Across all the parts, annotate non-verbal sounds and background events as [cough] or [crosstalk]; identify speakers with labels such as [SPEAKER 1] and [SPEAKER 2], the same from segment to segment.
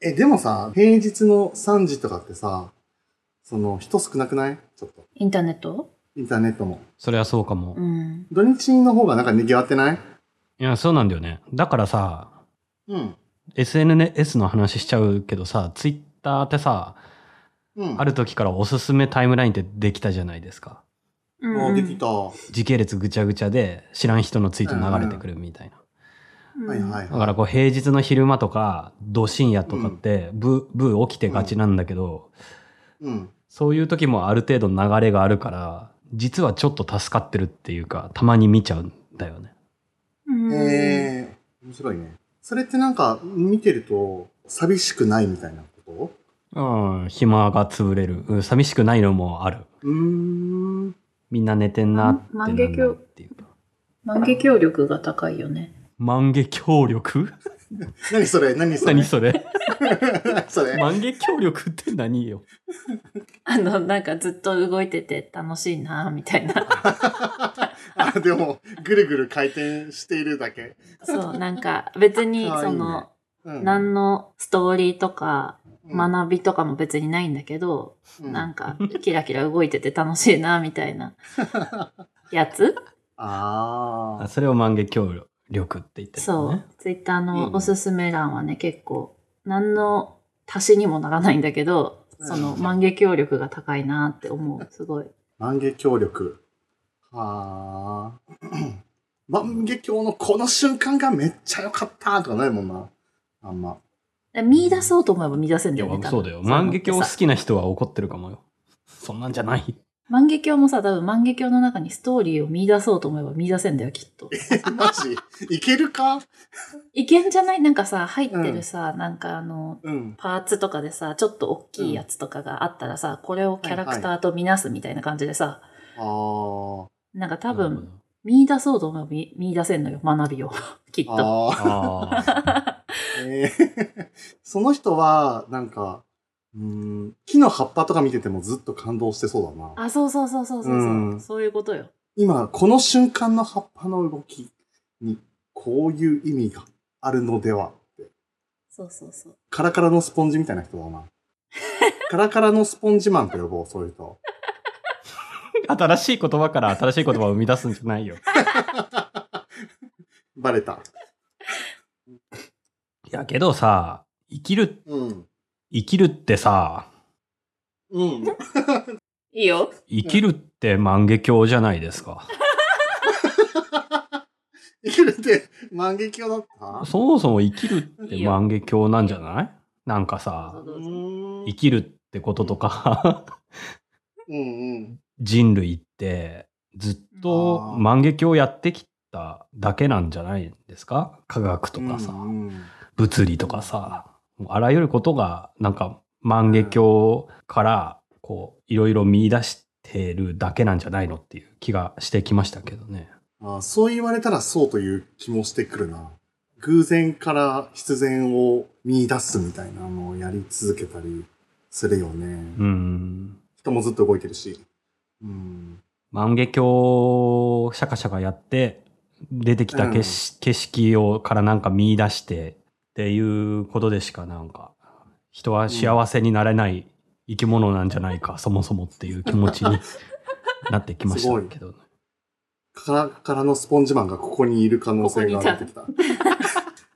[SPEAKER 1] え、でもさ、平日の3時とかってさ、その、人少なくないちょっと。
[SPEAKER 2] インターネット
[SPEAKER 1] インターネットも。
[SPEAKER 3] それはそうかも。
[SPEAKER 2] うん。
[SPEAKER 1] 土日の方がなんか賑わってない
[SPEAKER 3] いや、そうなんだよね。だからさ、
[SPEAKER 1] うん。
[SPEAKER 3] SNS の話しちゃうけどさ、ツイッターってさ、
[SPEAKER 1] うん。
[SPEAKER 3] ある時からおすすめタイムラインってできたじゃないですか。
[SPEAKER 2] うん
[SPEAKER 1] もうできた。は
[SPEAKER 3] 時系列ぐちゃぐちゃで知らん人のツイート流れてくるみたいな。
[SPEAKER 2] うん
[SPEAKER 1] いはい。
[SPEAKER 3] だからこう平日の昼間とか、ど深夜とかって、ブー、ブー起きてがちなんだけど、
[SPEAKER 1] うん。
[SPEAKER 3] そういう時もある程度流れがあるから、実はちょっと助かってるっていうか、たまに見ちゃうんだよね。
[SPEAKER 2] うん
[SPEAKER 1] えー、面白いね。それってなんか、見てると、寂しくないみたいなこ
[SPEAKER 3] うん、暇が潰れる。うん寂しくないのもある。
[SPEAKER 1] とうーん。
[SPEAKER 3] みんな寝てんなってな
[SPEAKER 2] 万
[SPEAKER 3] ん
[SPEAKER 2] 華
[SPEAKER 3] ない
[SPEAKER 2] 鏡
[SPEAKER 3] っていうか。
[SPEAKER 2] 万華鏡力が高いよね。
[SPEAKER 3] 万華鏡力 [laughs]
[SPEAKER 1] 何それ何それ
[SPEAKER 3] 何
[SPEAKER 2] [laughs]
[SPEAKER 3] それ
[SPEAKER 1] [laughs] それ。
[SPEAKER 3] 万華鏡力って何よ
[SPEAKER 2] あの、なんかずっと動いてて楽しいな、みた
[SPEAKER 1] [laughs]
[SPEAKER 2] いな。
[SPEAKER 1] あ、でも、ぐるぐる回転しているだけ。
[SPEAKER 2] そう、なんか別に、
[SPEAKER 1] 可愛いね
[SPEAKER 2] その、
[SPEAKER 1] うん。
[SPEAKER 2] 何のストーリーとか、
[SPEAKER 1] うん
[SPEAKER 2] 学びとかも別にないんだけど、
[SPEAKER 1] うん
[SPEAKER 2] なんか、キラキラ動いてて楽しいな、みた
[SPEAKER 1] [laughs]
[SPEAKER 2] いな、やつ
[SPEAKER 1] あ
[SPEAKER 3] あ
[SPEAKER 1] あ。
[SPEAKER 3] それを万華鏡力って言ってる
[SPEAKER 2] そ
[SPEAKER 3] の
[SPEAKER 2] う
[SPEAKER 3] ね。。
[SPEAKER 2] ツイッター
[SPEAKER 1] いい
[SPEAKER 2] の
[SPEAKER 1] ね
[SPEAKER 2] おすすめ欄はね、結構、何の足しにもならないんだけど、その、
[SPEAKER 1] うん
[SPEAKER 2] 万華鏡力が高いなって思う。すごい。
[SPEAKER 1] 万華鏡力。はあ。 [coughs] 万華鏡のこの瞬間がめっちゃ良かったとかないもんな。あんま。 [laughs]
[SPEAKER 2] で見出そうと思えば見出せん
[SPEAKER 3] い
[SPEAKER 2] だ
[SPEAKER 3] や
[SPEAKER 2] よね。多分
[SPEAKER 3] そうだよ。
[SPEAKER 2] いの
[SPEAKER 3] 万
[SPEAKER 2] っ
[SPEAKER 3] 華
[SPEAKER 2] て
[SPEAKER 3] 鏡好
[SPEAKER 2] さ
[SPEAKER 3] きな人は怒ってるかもよ。そんなんじゃない。
[SPEAKER 2] 万華鏡もさ、多分万華鏡の中にストーリーを見出そうと思えば見出せんだよ、きっ [laughs] と。
[SPEAKER 1] マジいけるか
[SPEAKER 2] いけんじゃないなんかさ、入ってるさ、なんかあの、
[SPEAKER 1] うん。
[SPEAKER 2] パーツとかでさ、ちょっと大きいやつとかがあったらさ、これをキャラクターと見なすみたいな感じでさ、
[SPEAKER 1] ああ。
[SPEAKER 2] なんか多
[SPEAKER 3] なる
[SPEAKER 2] 分、見出そうと思えば見見出せんのよ、学びを。 [laughs] きっと。
[SPEAKER 1] ああ。
[SPEAKER 3] ほど。ああ。
[SPEAKER 1] えー [laughs] その人は、なんか、うーん、木の葉っぱとか見ててもずっと感動してそうだな。
[SPEAKER 2] あ、そうそうそうそうそうそう、
[SPEAKER 1] うん
[SPEAKER 2] そういうことよ。
[SPEAKER 1] 今、この瞬間の葉っぱの動きに、こういう意味があるのでは。
[SPEAKER 2] そうそうそう。
[SPEAKER 1] カラカラのスポンジみたいな人だな。カラカラのスポンジマンと呼ぼう、そういう人。
[SPEAKER 3] [laughs] 新しい言葉から新しい言葉を生み出すんじゃないよ。
[SPEAKER 1] バレた。
[SPEAKER 3] いや、けどさ、生きる、
[SPEAKER 1] うん。
[SPEAKER 3] 生きるってさ、
[SPEAKER 1] うん。
[SPEAKER 2] いいよ。
[SPEAKER 3] 生きるって万華鏡じゃないですか。
[SPEAKER 1] 生きるって万華鏡だった
[SPEAKER 3] そもそも生きるって万華鏡なんじゃないなんかさ、
[SPEAKER 2] どうぞ
[SPEAKER 1] ん
[SPEAKER 3] 生きるってこととか、
[SPEAKER 1] うんうん。
[SPEAKER 3] 人類ってずっと万華鏡をやってきただけなんじゃないですか科学とかさ、
[SPEAKER 1] うんうん
[SPEAKER 3] 物理とかさ、あらゆることがなんか万華鏡からこういろいろ見出してるだけなんじゃないのっていう気がしてきましたけどね。
[SPEAKER 1] あーそう言われたらそうという気もしてくるな。偶然から必然を見出すみたいなのをやり続けたりするよね。
[SPEAKER 3] うん。
[SPEAKER 1] 人もずっと動いてるし。うん。
[SPEAKER 3] 万華鏡をシャカシャカやって出てきた景色,、景色をからなんか見出してっていうことでしかなんか人は幸せになれない生き物なんじゃないか、そもそもっていう気持ちになってきましたけど、ね、
[SPEAKER 1] カラカラのスポンジマンがここにいる可能性が出てきた。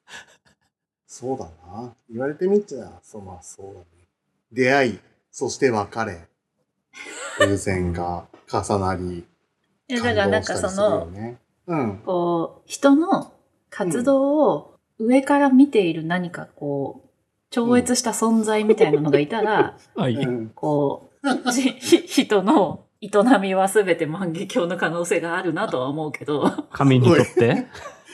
[SPEAKER 1] [laughs] そうだな。言われてみちゃ、そう、まあそうだね。出会い、そして別れ。偶然が重なり、
[SPEAKER 2] [laughs] いや、だから
[SPEAKER 1] 感動
[SPEAKER 2] なん
[SPEAKER 1] した
[SPEAKER 2] か
[SPEAKER 1] り
[SPEAKER 2] そ
[SPEAKER 1] するよ
[SPEAKER 2] の、
[SPEAKER 1] ね。うん。
[SPEAKER 2] こう、人の活動を上から見ている何かこう、超越した存在みたいなのがいたら、
[SPEAKER 3] は
[SPEAKER 1] う
[SPEAKER 3] い、
[SPEAKER 1] ん。
[SPEAKER 2] こう、じひ人の営みは全て万華鏡の可能性があるなとは思うけど、
[SPEAKER 3] 神にとって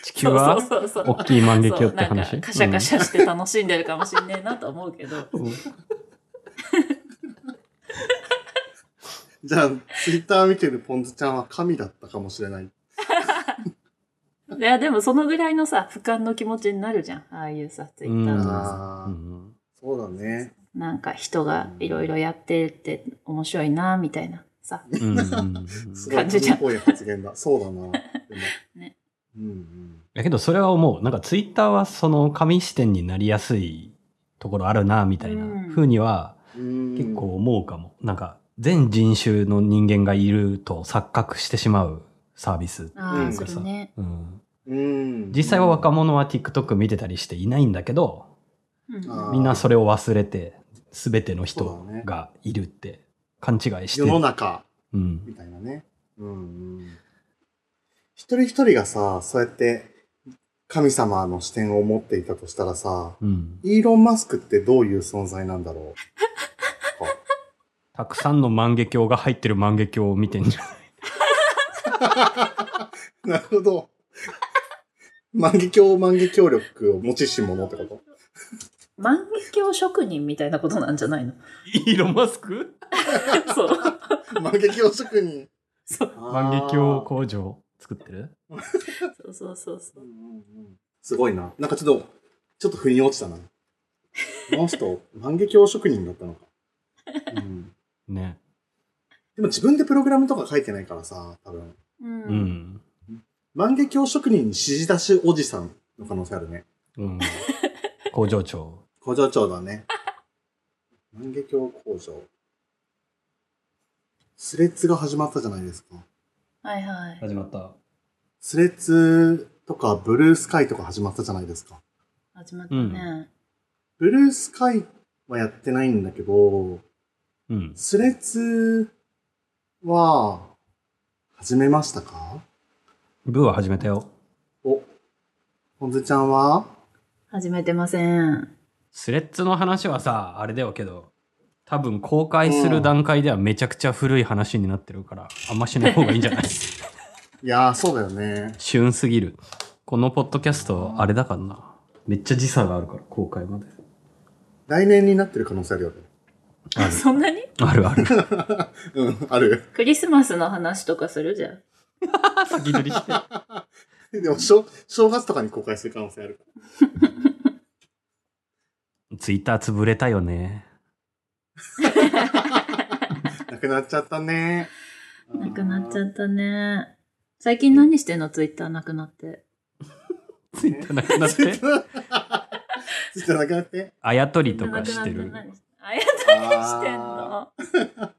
[SPEAKER 3] 地球は
[SPEAKER 2] そうそうそうそう。
[SPEAKER 3] 大きい万華鏡って
[SPEAKER 2] そうなん
[SPEAKER 3] 話
[SPEAKER 2] かカシャカシャして楽しんでるかもしんねえなと思うけど、
[SPEAKER 3] うんうん
[SPEAKER 1] じゃあ、ツイッター見てるポンズちゃんは神だったかもしれない。
[SPEAKER 2] いやでもそのぐらいのさ俯瞰の気持ちになるじゃんああいうさツイッターのさ
[SPEAKER 1] あー
[SPEAKER 3] うん
[SPEAKER 1] そうだね。
[SPEAKER 2] なんか人がいろいろやってって面白いなみたいなさ
[SPEAKER 3] うんうん
[SPEAKER 1] [laughs] すご
[SPEAKER 2] ごい
[SPEAKER 1] い
[SPEAKER 2] 感じちゃう
[SPEAKER 1] 神っぽい発言だ。そうだな。でも
[SPEAKER 2] [laughs] ね。
[SPEAKER 1] うんうん。
[SPEAKER 3] だけどそれは思うなんかツイッターはその紙視点になりやすいところあるな、みたいな
[SPEAKER 2] うん
[SPEAKER 3] ふうには
[SPEAKER 1] 結
[SPEAKER 3] 結構。思うかも。なんか、全人種の人間がいると錯覚してしまうサービス。
[SPEAKER 2] あ
[SPEAKER 1] う
[SPEAKER 2] あ、
[SPEAKER 1] ん
[SPEAKER 2] それね。
[SPEAKER 3] うん、
[SPEAKER 1] うん。
[SPEAKER 3] 実際は若者は TikTok 見てたりしていないんだけど、
[SPEAKER 2] うん
[SPEAKER 1] あー
[SPEAKER 3] みんなそれを忘れて、すべての人
[SPEAKER 1] そうだね
[SPEAKER 3] がいるって勘違いして
[SPEAKER 1] 世の中、
[SPEAKER 3] うん。
[SPEAKER 1] みたいなね。うんうん。一人一人がさ、そうやって、神様の視点を持っていたとしたらさ、
[SPEAKER 3] うん。
[SPEAKER 1] イーロン・マスクってどういう存在なんだろう。
[SPEAKER 3] たくさんの万華鏡が入ってる万華鏡を見てんじゃん。
[SPEAKER 1] なるほど。万華鏡万華鏡力を持ちし者ってこと
[SPEAKER 2] 万華鏡職人みたいなことなんじゃないの
[SPEAKER 3] [laughs] イーロンマスク
[SPEAKER 2] [laughs] そう。
[SPEAKER 1] 万華鏡職人。
[SPEAKER 2] そう
[SPEAKER 3] 万華鏡工場作ってる
[SPEAKER 2] そうそうそうそ
[SPEAKER 1] うんうんうんすごいな。なんかちょっと、ちょっと腑に落ちたな。この人、万華鏡職人だったのか。うん。
[SPEAKER 3] ね。
[SPEAKER 1] でも自分でプログラムとか書いてないからさ、多分。
[SPEAKER 2] う。うん
[SPEAKER 3] う。ん。
[SPEAKER 1] 万華鏡職人に指示出しおじさんの可能性あるね。
[SPEAKER 3] うん。工場長。
[SPEAKER 1] 工場長だ [laughs] ね。万華鏡工場。スレッズが始まったじゃないですか。
[SPEAKER 2] はいはい。
[SPEAKER 3] 始まった。
[SPEAKER 1] スレッズとかブルースカイとか始まったじゃないですか。
[SPEAKER 2] 始まったね。
[SPEAKER 1] ブルースカイはやってないんだけど、
[SPEAKER 3] うん。
[SPEAKER 1] スレッズは始めましたか
[SPEAKER 3] ブーは始めたよ。
[SPEAKER 1] お、ポンズちゃんは
[SPEAKER 2] 始めてません。
[SPEAKER 3] スレッズの話はさ、あれだよけど、多分公開する段階ではめちゃくちゃ古い話になってるから、あんましない方がいいんじゃない [laughs]
[SPEAKER 1] いやー、そうだよね。
[SPEAKER 3] 旬すぎる。このポッドキャスト、あれだからな。めっちゃ時差があるから、公開まで。
[SPEAKER 1] 来年になってる可能性あるよね。
[SPEAKER 3] ある
[SPEAKER 2] そんなに
[SPEAKER 3] あるある。
[SPEAKER 1] うん、ある。
[SPEAKER 2] クリスマスの話とかするじゃん。
[SPEAKER 3] [laughs] 先取りして。
[SPEAKER 1] [laughs] でも、正正月とかに公開する可能性あるか
[SPEAKER 3] ツイッター潰れたよね。
[SPEAKER 1] ら。なくなっちゃったね。
[SPEAKER 2] [laughs] なくなっち
[SPEAKER 1] っ
[SPEAKER 2] ゃったね。最近何してんのツイッターなくなって。
[SPEAKER 3] ツイッターなくな
[SPEAKER 1] [laughs]
[SPEAKER 3] って。
[SPEAKER 1] た。ついてなくなって。
[SPEAKER 3] [laughs] あやとりとかして
[SPEAKER 2] なく
[SPEAKER 3] る
[SPEAKER 2] な。っ
[SPEAKER 3] [laughs]
[SPEAKER 2] て何してあや
[SPEAKER 1] 何
[SPEAKER 2] してんの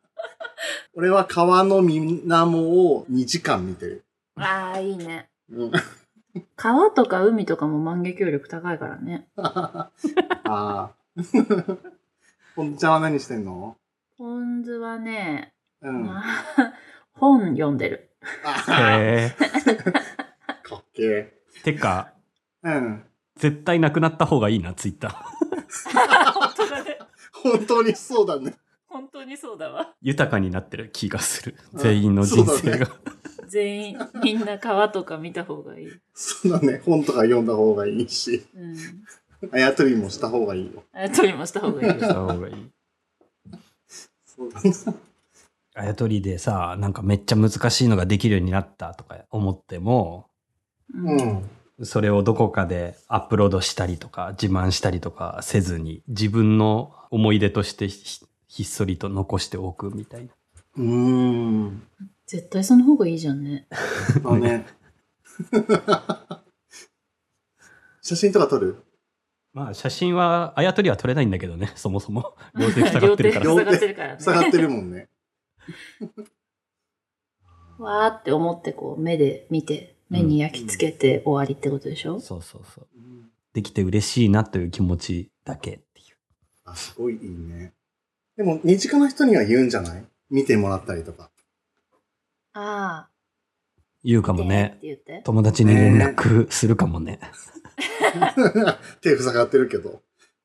[SPEAKER 1] 俺は川の水面を2時間見てる。
[SPEAKER 2] ああ、いいね。
[SPEAKER 1] うん
[SPEAKER 2] 川とか海とかも万華鏡力高いからね。
[SPEAKER 1] ああ。 [laughs] ほんちゃんは何してんの
[SPEAKER 2] ポン酢はね、
[SPEAKER 1] うん。あ
[SPEAKER 2] まあ本読んでる。
[SPEAKER 1] あ
[SPEAKER 3] へえ。
[SPEAKER 1] かっけえ。
[SPEAKER 3] てか、
[SPEAKER 1] うん。
[SPEAKER 3] 絶対なくなった方がいいな、ツイッター。
[SPEAKER 2] 本当だね。
[SPEAKER 1] 本当にそうだね。
[SPEAKER 2] [laughs] 本当にそうだわ。
[SPEAKER 3] 豊かになってる気がする。全員の
[SPEAKER 1] そ
[SPEAKER 3] 人
[SPEAKER 1] うだ
[SPEAKER 3] 生
[SPEAKER 1] ね
[SPEAKER 3] が。
[SPEAKER 2] 全員、みんな川とか見た方がいい。
[SPEAKER 1] そうだね。本とか読んだ方がいいし、
[SPEAKER 2] うん。
[SPEAKER 1] あやとりもした方がいいよ。
[SPEAKER 2] あやとりもした方がいい。
[SPEAKER 3] した方がいい。
[SPEAKER 1] そうだね。
[SPEAKER 3] あやとりでさ、なんかめっちゃ難しいのができるようになったとか思っても、
[SPEAKER 2] う。
[SPEAKER 1] うんん。
[SPEAKER 3] それをどこかでアップロードしたりとか、自慢したりとかせずに、自分の思い出としてひひっそりと残しておくみたいな。
[SPEAKER 1] うーん。
[SPEAKER 2] 絶対その方がいいじゃんね。
[SPEAKER 1] だね。写真とか撮る
[SPEAKER 3] まあ写真は、あやとりは撮れないんだけどね、 [laughs] そもそも。両手塞がってるか
[SPEAKER 1] 両手
[SPEAKER 3] ら。
[SPEAKER 2] 両手塞がってるからね。
[SPEAKER 1] 下がってるもんね。
[SPEAKER 2] [laughs] わーって思ってこう目で見て目に焼き付けて終わりってことでしょ、
[SPEAKER 3] そうそうそう。できて嬉しいなという気持ちだけっていう。
[SPEAKER 1] あ、すごいいいね。でも、身近な人には言うんじゃない見てもらったりとか。 [laughs]
[SPEAKER 2] ああ。
[SPEAKER 3] 言うかも
[SPEAKER 2] っ
[SPEAKER 3] ね。
[SPEAKER 2] て言って。
[SPEAKER 3] 友達に連絡するかもね。
[SPEAKER 1] 手塞がってるけど。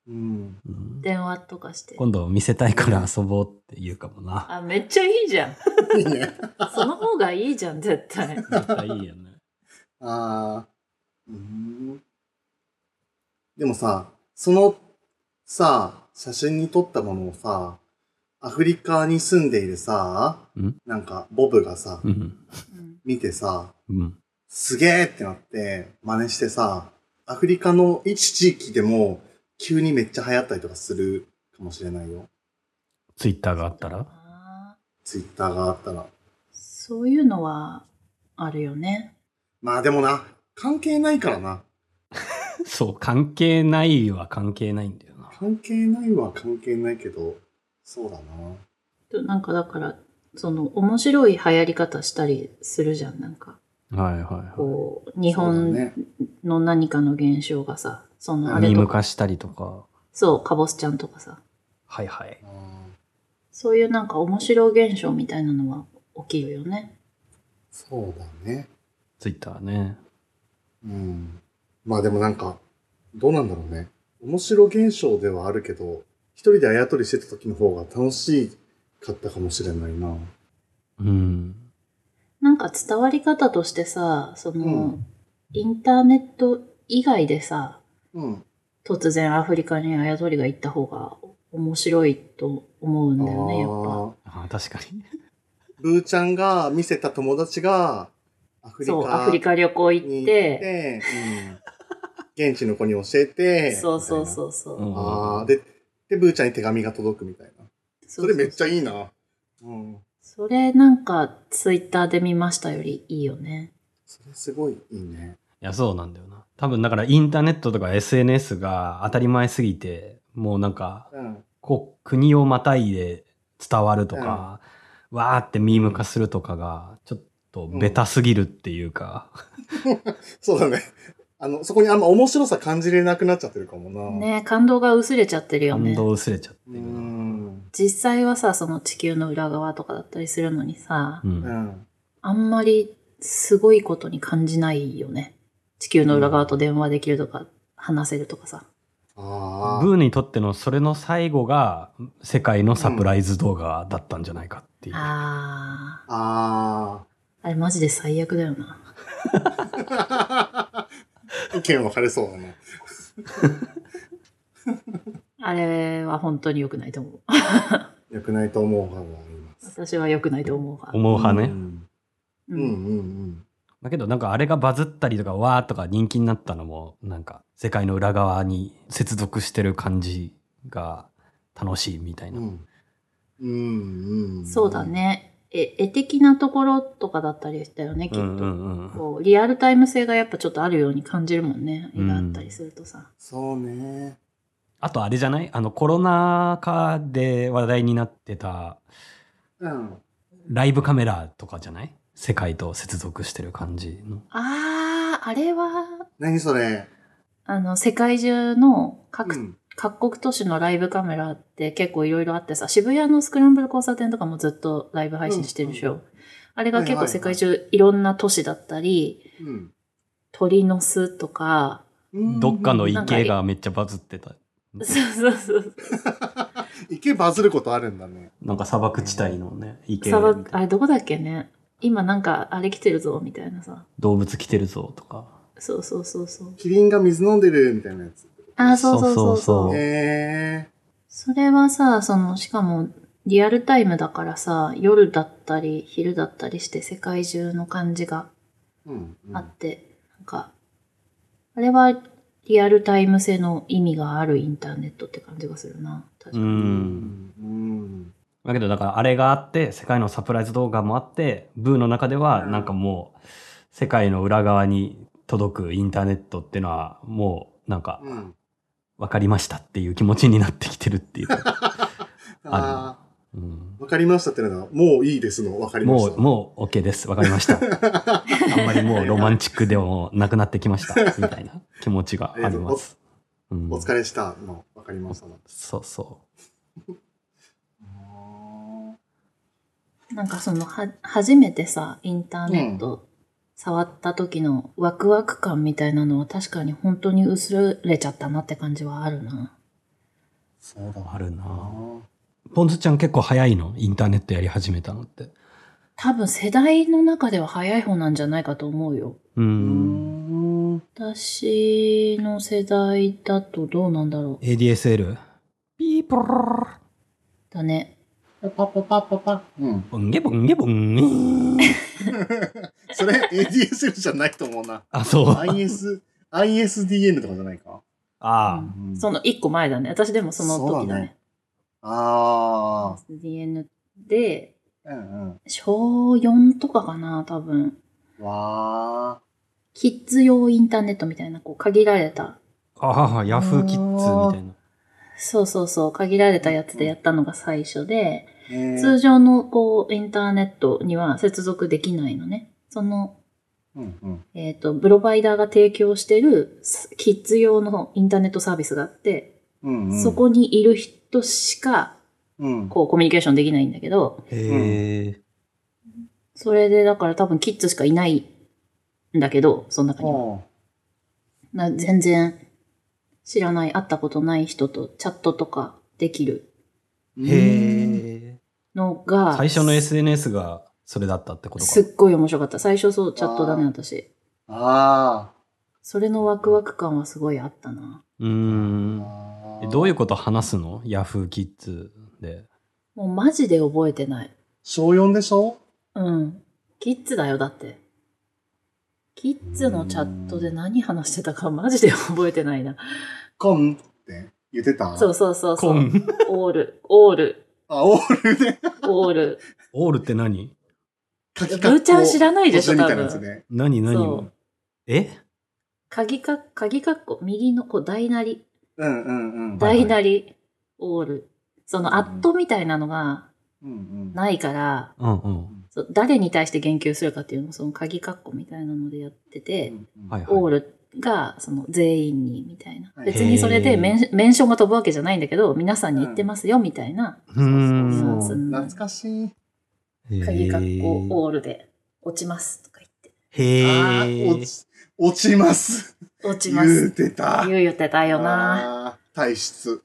[SPEAKER 1] うん。
[SPEAKER 3] うん
[SPEAKER 2] 電話とかして。
[SPEAKER 3] 今度見せたいから遊ぼうって言うかもな。
[SPEAKER 2] あ、めっちゃいいじゃん。
[SPEAKER 1] いいね。
[SPEAKER 2] その方がいいじゃん、絶対。
[SPEAKER 3] 絶対いいよね。
[SPEAKER 1] ああ。うーん。でもさ、その、さ、写真に撮ったものをさ、アフリカに住んでいるさ
[SPEAKER 3] ん、
[SPEAKER 1] なんか、ボブがさ、
[SPEAKER 3] うん。
[SPEAKER 2] うん
[SPEAKER 1] 見てさ、
[SPEAKER 3] うん。
[SPEAKER 1] すげえってなって、真似してさ、アフリカの一地域でも、急にめっちゃ流行ったりとかするかもしれないよ。
[SPEAKER 3] ツイッターがあった [laughs] ら
[SPEAKER 2] あー
[SPEAKER 1] ツイッターがあったら。
[SPEAKER 2] そういうのはあるよね。
[SPEAKER 1] まあでもな、関係ないからな。
[SPEAKER 3] そう、関係ないは関係ないんだよな。
[SPEAKER 1] 関係ないは関係ないけど、そうだな。
[SPEAKER 2] なんかだから、その面白い流行り方したりするじゃん。なんか、
[SPEAKER 3] はいはいは
[SPEAKER 2] こう、日
[SPEAKER 1] そうだ
[SPEAKER 2] 本
[SPEAKER 1] ね
[SPEAKER 2] の何かの現象がさ、そのあ
[SPEAKER 3] い。
[SPEAKER 2] れ
[SPEAKER 3] ミー
[SPEAKER 2] と
[SPEAKER 3] ム
[SPEAKER 2] か、
[SPEAKER 3] 化したりとか。
[SPEAKER 2] そう、かぼすちゃんとかさ、
[SPEAKER 3] はいはい。
[SPEAKER 1] あー
[SPEAKER 2] そういうなんか面白現象みたいなのは起きるよね。
[SPEAKER 1] そうだね。
[SPEAKER 3] ツイッターね。
[SPEAKER 1] うん。まあでもなんか、どうなんだろうね。面白現象ではあるけど、一人であやとりしてた時の方が楽しかったかもしれないな。
[SPEAKER 3] うん。
[SPEAKER 2] なんか伝わり方としてさ、その、
[SPEAKER 1] うん
[SPEAKER 2] インターネット以外でさ、
[SPEAKER 1] うん。
[SPEAKER 2] 突然アフリカにあやとりが行った方が面白いと思うんだよね、やっぱ。
[SPEAKER 1] ああ。
[SPEAKER 3] あー確かに。 [laughs]
[SPEAKER 1] ブーちゃんが見せた友達が、アフリカ
[SPEAKER 2] そう、アフリカ旅行行
[SPEAKER 1] に行
[SPEAKER 2] っ、
[SPEAKER 1] ってて、うん、現地の子に教えて、
[SPEAKER 2] そうそう
[SPEAKER 1] う。
[SPEAKER 2] そうそう。
[SPEAKER 3] うん
[SPEAKER 1] ああ、で、で、ブーちゃんに手紙が届くみたいな。
[SPEAKER 2] そ
[SPEAKER 1] そうれめっちゃいいな。うん。
[SPEAKER 2] それなんかツイッターで見ましたよりいいよね。
[SPEAKER 1] それすごいいいね。
[SPEAKER 3] いや、そうなんだよな。多分だからインターネットとか SNS が当たり前すぎて、もうなんか、
[SPEAKER 1] うん。
[SPEAKER 3] こう、国をまたいで伝わるとか、わーってミーム化するとかが、ちょっとベタすぎるっていうか、
[SPEAKER 1] そうだね。あの、そこにあんま面白さ感じれなくなっちゃってるかもな。。
[SPEAKER 2] ね感動が薄れちゃってるよ
[SPEAKER 3] 感
[SPEAKER 2] ね。
[SPEAKER 3] 動薄れちゃって
[SPEAKER 1] う
[SPEAKER 3] るな。
[SPEAKER 1] ん。
[SPEAKER 2] 実際はさ、その地球の裏側とかだったりするのにさ、
[SPEAKER 3] う。
[SPEAKER 1] うんん。
[SPEAKER 2] あんまりすごいことに感じないよね。地球の裏側と電話できるとか、話せるとかさ。
[SPEAKER 1] ああ。
[SPEAKER 3] ブーにとってのそれの最後が世界のサプライズ動画だったんじゃないかっていう。
[SPEAKER 2] あー。
[SPEAKER 1] あ
[SPEAKER 2] あれマジで最悪だよな。
[SPEAKER 1] あ。 [laughs] 意見分かれそうだね。
[SPEAKER 2] あれは本当に良くないと思う。 [laughs]
[SPEAKER 1] 良くないと思う派があります。
[SPEAKER 2] 私は良くないと思うが。
[SPEAKER 3] 思う派ね。
[SPEAKER 2] う
[SPEAKER 1] うん。うん
[SPEAKER 2] ん。
[SPEAKER 1] うん
[SPEAKER 3] だけどなんかあれがバズったりとかわーとか人気になったのもなんか世界の裏側に接続してる感じが楽しいみたい
[SPEAKER 1] うん。う
[SPEAKER 3] な。
[SPEAKER 1] ん。うんうん。
[SPEAKER 2] そうだ。ね。え、絵的なところとかだったりしたよね、きっ
[SPEAKER 3] う
[SPEAKER 2] と。
[SPEAKER 3] んうんうん。
[SPEAKER 2] こうリアルタイム性がやっぱちょっとあるように感じるもんね絵
[SPEAKER 3] うん
[SPEAKER 2] があったりするとさ、
[SPEAKER 1] そうね。
[SPEAKER 3] あとあれじゃないあのコロナ禍で話題になってた
[SPEAKER 1] うん。
[SPEAKER 3] ライブカメラとかじゃない世界と接続してる感じの。
[SPEAKER 2] あーあれは
[SPEAKER 1] 何それ。
[SPEAKER 2] あの世界中の各,、
[SPEAKER 1] うん。
[SPEAKER 2] 各国都市のライブカメラって結構いろいろあってさ渋谷のスクランブル交差点とかもずっとライブ配信してるでしょ、
[SPEAKER 1] う
[SPEAKER 2] あれが結
[SPEAKER 1] はいはいは
[SPEAKER 2] 構
[SPEAKER 1] い
[SPEAKER 2] 世界中いろんな都市だったり
[SPEAKER 1] うん
[SPEAKER 2] 鳥の巣とか、 [laughs]
[SPEAKER 1] うん。
[SPEAKER 3] どっかの
[SPEAKER 2] い
[SPEAKER 3] 池がめっちゃバズってた。
[SPEAKER 2] そうそうそう
[SPEAKER 1] 池バズることあるんだね。
[SPEAKER 3] なんか砂漠地帯のね、池
[SPEAKER 2] 砂
[SPEAKER 3] み
[SPEAKER 2] 漠
[SPEAKER 3] た
[SPEAKER 2] あ
[SPEAKER 3] いな
[SPEAKER 2] れどこだっけね今なんかあれ来てるぞみたいなさ
[SPEAKER 3] 動物来てるぞとか。
[SPEAKER 2] そうそうそうそう
[SPEAKER 1] キリンが水飲んでるみたいなやつ。
[SPEAKER 2] あーそうそうそう
[SPEAKER 3] そ
[SPEAKER 2] そう
[SPEAKER 3] うそうそう
[SPEAKER 1] へえ。
[SPEAKER 2] それはさ、その、しかも、リアルタイムだからさ、夜だったり、昼だったりして、世界中の感じが
[SPEAKER 1] うん。うん
[SPEAKER 2] あって、なんか、あれは、リアルタイム性の意味があるインターネットって感じがするな。確か
[SPEAKER 3] う
[SPEAKER 2] に。
[SPEAKER 3] ん。
[SPEAKER 1] うん。
[SPEAKER 3] だけどだからあれがあって世界のサプライズ動画もあってブーの中ではなんかもう世界の裏側に届くインターネットっていうのはもうなんか
[SPEAKER 1] うん。
[SPEAKER 3] 分かりましたっていう気持ちになってきてるっていうか、
[SPEAKER 1] ああ。
[SPEAKER 3] うん
[SPEAKER 1] わかりましたってのは、もういいですの、わかりま
[SPEAKER 3] も
[SPEAKER 1] した。
[SPEAKER 3] うもう OK です分かりましたあんまりもうロマンチックでもなくなってきましたみたいな気持ちがあります、うん
[SPEAKER 1] お疲れしたの、わかりましたの。
[SPEAKER 3] そうそ
[SPEAKER 2] なんかその、は、初めてさ、インターネット、触った時のワクワク感みたいなのは確かに本当に薄れちゃったなって感じはあるな。
[SPEAKER 1] そう
[SPEAKER 3] う
[SPEAKER 1] だ
[SPEAKER 3] あるな
[SPEAKER 1] な。
[SPEAKER 3] ポンズちゃん結構早いのインターネットやり始めたのって
[SPEAKER 2] 多分世代の中では早い方なんじゃないかと思うよ。
[SPEAKER 3] う
[SPEAKER 1] うんん。
[SPEAKER 2] 私の世代だとどうなんだろう。
[SPEAKER 3] ADSL ピーポロロロロ
[SPEAKER 2] だね。
[SPEAKER 1] パパパパパパ。うん。
[SPEAKER 3] ボンゲボンゲボンゲ
[SPEAKER 1] それ、ADSL じゃないと思うな。
[SPEAKER 3] [laughs] あ、そう。あ
[SPEAKER 1] IS、ISDN とかじゃないか。
[SPEAKER 3] あ
[SPEAKER 2] う。その一個前だね。私でもその時だね。
[SPEAKER 1] あ
[SPEAKER 2] SDN で、
[SPEAKER 1] あ。うんう
[SPEAKER 2] 小4とかかな、多分。
[SPEAKER 1] ん。わ
[SPEAKER 2] キッズ用インターネットみたいな、こう限られた。
[SPEAKER 3] ああ、ヤフーキッズみたいな。
[SPEAKER 2] そうそうそう、限られたやつでやったのが最初で、
[SPEAKER 1] えー
[SPEAKER 2] 通常のこう、インターネットには接続できないのね。その、
[SPEAKER 1] うんうん。
[SPEAKER 2] えっ、と、プロバイダーが提供してるスキッズ用のインターネットサービスがあって、
[SPEAKER 1] うんうん、
[SPEAKER 2] そこにいる人しか、
[SPEAKER 1] うん、
[SPEAKER 2] こう、コミュニケーションできないんだけど、
[SPEAKER 3] へえ。
[SPEAKER 2] それでだから多分キッズしかいないんだけど、その中には。
[SPEAKER 1] ああ
[SPEAKER 2] な全然知らない、会ったことない人とチャットとかできる
[SPEAKER 1] うん
[SPEAKER 3] へえ。
[SPEAKER 2] のが、
[SPEAKER 3] 最初の SNS がそれだったってことか
[SPEAKER 2] す。っごい面白かった。最初そう、チャットだね、
[SPEAKER 1] あー
[SPEAKER 2] 私。
[SPEAKER 1] あ
[SPEAKER 2] それのワクワク感はすごいあったな。
[SPEAKER 3] うー
[SPEAKER 1] ー
[SPEAKER 3] ん。
[SPEAKER 1] あ
[SPEAKER 3] え
[SPEAKER 1] ー。
[SPEAKER 3] どういうこと話すのヤフーキッズで。
[SPEAKER 2] もうマジで覚えてない。
[SPEAKER 1] 小4でしょ
[SPEAKER 2] うん。キッズだよ、だって。キッズのチャットで何話してたかマジで覚えてないな。
[SPEAKER 1] コンって言ってた
[SPEAKER 2] そう。そうそうそ
[SPEAKER 3] コ
[SPEAKER 2] う。
[SPEAKER 3] ン。
[SPEAKER 2] オール、オール、
[SPEAKER 1] あ、オールで
[SPEAKER 2] オール。
[SPEAKER 3] オールって何
[SPEAKER 1] 書
[SPEAKER 2] ブ
[SPEAKER 1] き
[SPEAKER 2] ーちゃん知らないでしょ、
[SPEAKER 1] み
[SPEAKER 2] 多
[SPEAKER 1] たいなやつ
[SPEAKER 2] 分。
[SPEAKER 1] ね。
[SPEAKER 3] 何何
[SPEAKER 2] そ
[SPEAKER 3] を
[SPEAKER 2] う
[SPEAKER 3] え
[SPEAKER 2] 鍵か、鍵かっこ、右のこう、大なり。
[SPEAKER 1] うんうんうん。
[SPEAKER 3] だい
[SPEAKER 2] 大なり、オール。その、
[SPEAKER 1] うん
[SPEAKER 2] アットみたいなのが
[SPEAKER 1] うんうん。
[SPEAKER 2] ないから、
[SPEAKER 3] うんうん。
[SPEAKER 2] そう誰に対して言及するかっていうのを、その鍵括弧みたいなのでやってて、
[SPEAKER 3] はい
[SPEAKER 2] オー
[SPEAKER 3] はい。
[SPEAKER 2] ルが、その、全員に、みたいな。
[SPEAKER 1] はい
[SPEAKER 2] 別にそれ
[SPEAKER 3] へ
[SPEAKER 2] で
[SPEAKER 3] ー
[SPEAKER 2] メン、メンションが飛ぶわけじゃないんだけど、皆さんに言ってますよ、みたいな、
[SPEAKER 3] うーん。
[SPEAKER 2] ニュ
[SPEAKER 1] そ
[SPEAKER 2] アンスになる
[SPEAKER 1] 懐かしい。
[SPEAKER 2] 鍵括弧、
[SPEAKER 3] へー
[SPEAKER 2] オールで、落ちます、とか言って。
[SPEAKER 3] へ
[SPEAKER 1] あ
[SPEAKER 3] え
[SPEAKER 1] ー。落ち、落ちます。
[SPEAKER 2] 落ちま
[SPEAKER 1] 言う
[SPEAKER 2] す。
[SPEAKER 1] てた。
[SPEAKER 2] 言う言ってたよな。
[SPEAKER 1] あー体質。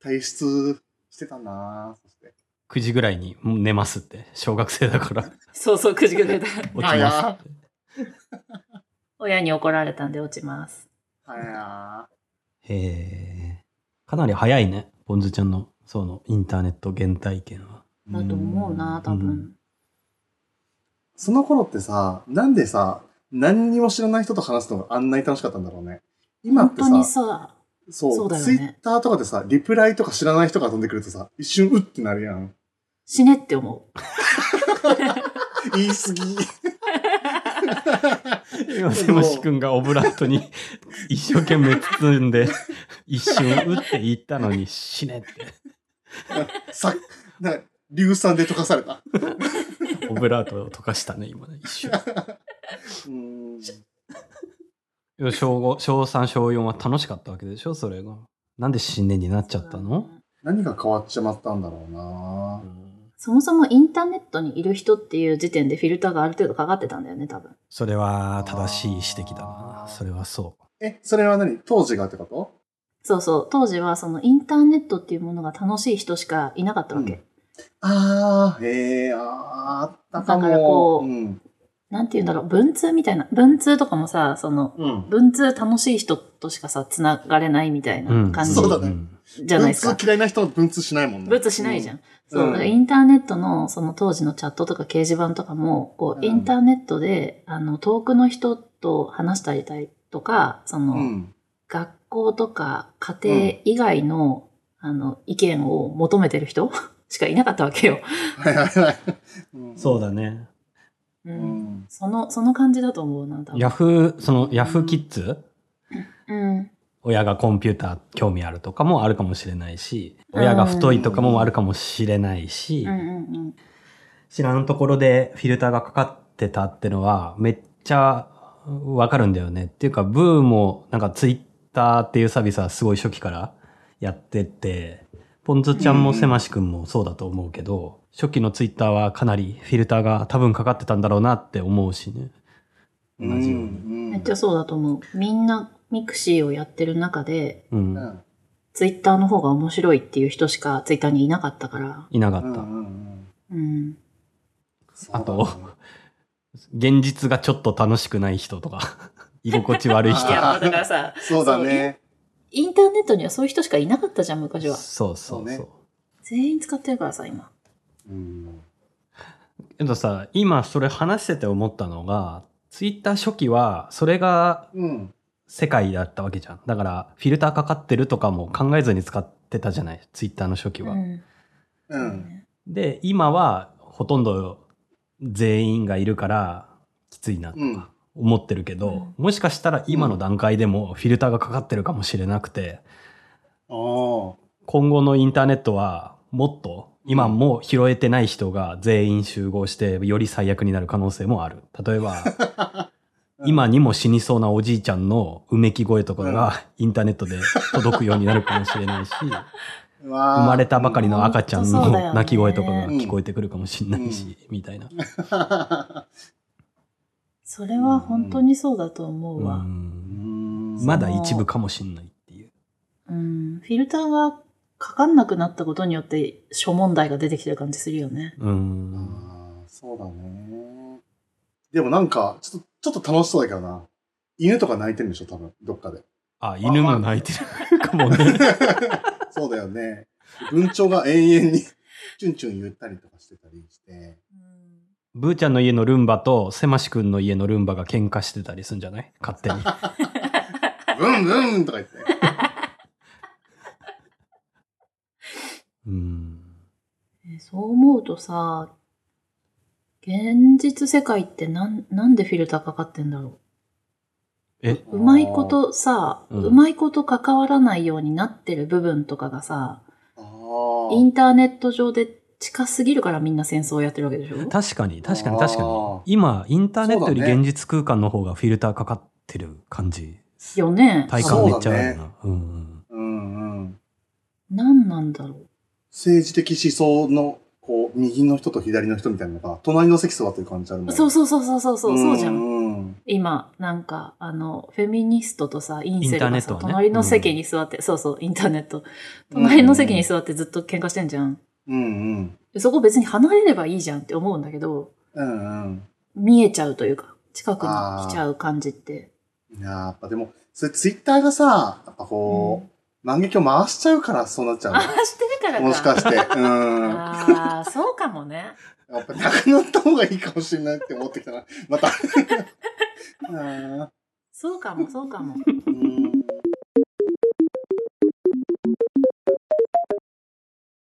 [SPEAKER 1] 体質してたなそして。
[SPEAKER 3] 9時ぐらいにもう寝ますって。小学生だから。
[SPEAKER 2] そうそう、くじくれた。
[SPEAKER 3] 落ちますって。
[SPEAKER 2] 親に怒られたんで落ちます。
[SPEAKER 1] はいや
[SPEAKER 3] へえ。かなり早いね。ポンズちゃんの、その、インターネット原体験は。
[SPEAKER 1] ー
[SPEAKER 2] だと思うな、多分。
[SPEAKER 1] その頃ってさ、なんでさ、何にも知らない人と話すのがあんなに楽しかったんだろうね。今
[SPEAKER 2] 本
[SPEAKER 1] って
[SPEAKER 2] 当に
[SPEAKER 1] さ、
[SPEAKER 2] さ、
[SPEAKER 1] そう、
[SPEAKER 2] そうだよ
[SPEAKER 1] ツ
[SPEAKER 2] ね
[SPEAKER 1] イッターとかでさ、リプライとか知らない人が飛んでくるとさ、一瞬うってなるやん。
[SPEAKER 2] 死ねって思う。
[SPEAKER 1] 言い過ぎ。
[SPEAKER 3] 今でもし君がオブラートに一生懸命包んで、 [laughs] 一瞬打って言ったのに死ねって。
[SPEAKER 1] さ、な、硫酸で溶かされた。
[SPEAKER 3] オブラートを溶かしたね、今ね。一瞬。
[SPEAKER 1] うーん。
[SPEAKER 3] でも小五小3、小4は楽しかったわけでしょ、それが。なんで死ねになっちゃったの、
[SPEAKER 1] 何が変わっちまったんだろうな
[SPEAKER 3] うん
[SPEAKER 2] そもそもインターネットにいる人っていう時点でフィルターがある程度かかってたんだよね、多分。
[SPEAKER 3] それは正しい指摘だな
[SPEAKER 1] あ。ー
[SPEAKER 3] それはそう。
[SPEAKER 1] え、それは何当時がってこと
[SPEAKER 2] そうそう。当時はそのインターネットっていうものが楽しい人しかいなかったわけ。
[SPEAKER 1] うんああ、へえ、ああ、あったかも。
[SPEAKER 2] だからこう
[SPEAKER 1] うん。
[SPEAKER 2] なんて言うんだろう、文通みたいな。文通とかもさ、その、
[SPEAKER 1] うん。
[SPEAKER 2] 文通楽しい人としかさ、繋がれないみたいな感じ
[SPEAKER 1] そうだね
[SPEAKER 3] ん
[SPEAKER 2] じゃないですか。
[SPEAKER 1] 文通嫌いな人は文通しないもんね。
[SPEAKER 2] 文通しないじゃん。
[SPEAKER 1] うん。
[SPEAKER 2] そう、
[SPEAKER 1] うん
[SPEAKER 2] だからインターネットの、その当時のチャットとか掲示板とかも、こ
[SPEAKER 1] う
[SPEAKER 2] う、
[SPEAKER 1] ん
[SPEAKER 2] インターネットで、あの、遠くの人と話したりたりとか、その、
[SPEAKER 1] うん。
[SPEAKER 2] 学校とか家庭以外の、あの、意見を求めてる人 [laughs] しかいなかったわけよ。
[SPEAKER 1] はいはいはい。
[SPEAKER 3] [laughs] そう
[SPEAKER 1] だ。
[SPEAKER 3] だね。
[SPEAKER 2] う。
[SPEAKER 1] うんん。
[SPEAKER 2] その、その感じだと思うな、多分
[SPEAKER 3] ヤフー、そのヤフーキッズ、
[SPEAKER 2] うん。
[SPEAKER 3] 親がコンピューター興味あるとかもあるかもしれないし、親が太いとかもあるかもしれないし、
[SPEAKER 2] うんうんうん。
[SPEAKER 3] 知らんところでフィルターがかかってたってのはめっちゃわかるんだよね。っていうか、ブーもなんかツイッターっていうサービスはすごい初期からやってて、ポンズちゃんもせまし君もそうだと思うけど、初期のツイッターはかなりフィルターが多分かかってたんだろうなって思うしね。同じように。
[SPEAKER 1] ん
[SPEAKER 2] めっちゃそうだと思う。みんな、ミクシーをやってる中で、
[SPEAKER 3] う。
[SPEAKER 1] うんん。
[SPEAKER 2] ツイッターの方が面白いっていう人しかツイッターにいなかったから。
[SPEAKER 3] いなか
[SPEAKER 1] うん
[SPEAKER 3] っ
[SPEAKER 1] う
[SPEAKER 3] た。
[SPEAKER 1] んうん。
[SPEAKER 2] うん。
[SPEAKER 1] そうだね
[SPEAKER 3] あと現実がちょっと楽しくない人とか、 [laughs] 居心地悪い人
[SPEAKER 1] い。やもうだ
[SPEAKER 2] からさ、
[SPEAKER 1] そうだね。
[SPEAKER 2] インターネットにはそういう人しかいなかったじゃん、昔は。
[SPEAKER 3] そうそうそう。
[SPEAKER 1] そうね
[SPEAKER 2] 全員使ってるからさ、今。
[SPEAKER 1] うん。
[SPEAKER 3] けどさ、今それ話してて思ったのが、ツイッター初期はそれが
[SPEAKER 1] うん。
[SPEAKER 3] 世界だったわけじゃん。だからフィルターかかってるとかも考えずに使ってたじゃない、ツイッターの初期は。
[SPEAKER 2] うん。
[SPEAKER 1] うん。
[SPEAKER 3] で、今はほとんど全員がいるからきついなと
[SPEAKER 1] うん
[SPEAKER 3] か思ってるけど、もしかしたら今の段階でもフィルターがかかってるかもしれなくて、
[SPEAKER 1] ああ。
[SPEAKER 3] 今後のインターネットはもっと今も拾えてない人が全員集合してより最悪になる可能性もある。例えば、
[SPEAKER 2] [laughs]
[SPEAKER 3] 今にも死にそうなおじいちゃんのうめき声とかがインターネットで届くようになるかもしれないし、
[SPEAKER 1] 生ま
[SPEAKER 3] 生まれたばかりの赤ちゃんの
[SPEAKER 2] 本当そうだよね
[SPEAKER 3] 泣き声とかが聞こえてくるかもしれないし、みたいな。
[SPEAKER 1] [laughs]
[SPEAKER 2] それは本当にそうだと思う
[SPEAKER 3] う
[SPEAKER 2] わ。
[SPEAKER 3] ん
[SPEAKER 1] ま
[SPEAKER 3] まだ一部かもしれないっていう。
[SPEAKER 2] うん。フィルターがかかんなくなったことによって諸問題が出てきてる感じするよね。
[SPEAKER 3] うん。
[SPEAKER 1] あーそうだね。でもなんか、ちょっと、ちょっと楽しそうだけどな。犬とか泣いてるんでしょ多分、どっかで。
[SPEAKER 3] あ、犬も泣いてるかもね。
[SPEAKER 1] そうだよね。文鳥が永遠に、チュンチュン言ったりとかしてたりして。
[SPEAKER 3] ブーちゃんの家のルンバとせましくんの家のルンバが喧嘩してたりするんじゃない
[SPEAKER 1] [laughs]
[SPEAKER 3] 勝手に。
[SPEAKER 1] ブンブンとか言って。
[SPEAKER 3] うん。
[SPEAKER 2] えそう思うとさ、現実世界ってなん、なんでフィルターかかってんだろ
[SPEAKER 3] え、
[SPEAKER 2] う。うまいことさ、
[SPEAKER 3] うん
[SPEAKER 2] うまいこと関わらないようになってる部分とかがさ、
[SPEAKER 1] あー。
[SPEAKER 2] インターネット上で近すぎるからみんな戦争をやってるわけでしょ
[SPEAKER 3] 確かに、確かに、
[SPEAKER 1] あー
[SPEAKER 3] 確かに。今、インターネットより
[SPEAKER 1] そうだね
[SPEAKER 3] 現実空間の方がフィルターかかってる感じ。
[SPEAKER 2] よね。
[SPEAKER 3] 体感めっちゃあるな。うんうん。
[SPEAKER 1] うんうん。
[SPEAKER 2] 何なんだろ
[SPEAKER 1] 政治的思想の、こう、右の人と左の人みたいなのが、隣の席座ってる感じあるもん
[SPEAKER 2] う。そうそうそうそうそうそう、そうじゃん。
[SPEAKER 1] ん。
[SPEAKER 2] 今、なんか、あの、フェミニストとさ、インセル
[SPEAKER 3] インターネ
[SPEAKER 2] が
[SPEAKER 3] ッ
[SPEAKER 2] さ、
[SPEAKER 3] トはね
[SPEAKER 2] 隣の席に座って、そうそう、インターネット。隣の席に座ってずっと喧嘩してんじゃん。
[SPEAKER 1] うんうん。
[SPEAKER 2] そこ別に離れればいいじゃんって思うんだけど、
[SPEAKER 1] うんうん。
[SPEAKER 2] 見えちゃうというか、近くに来ちゃう感じって。
[SPEAKER 1] いやーやっぱでも、それツイッターがさ、やっぱこう、万劇を回しちゃうからそうなっちゃう
[SPEAKER 2] [laughs] ああ、
[SPEAKER 1] の
[SPEAKER 2] してるからか。
[SPEAKER 1] もしかして。うん。や
[SPEAKER 2] ああ、そうかもね。
[SPEAKER 1] っぱなくなった方がいいかもしれないって思ってき [laughs] たな。また。あー
[SPEAKER 2] そうかも、そうかも。
[SPEAKER 1] うん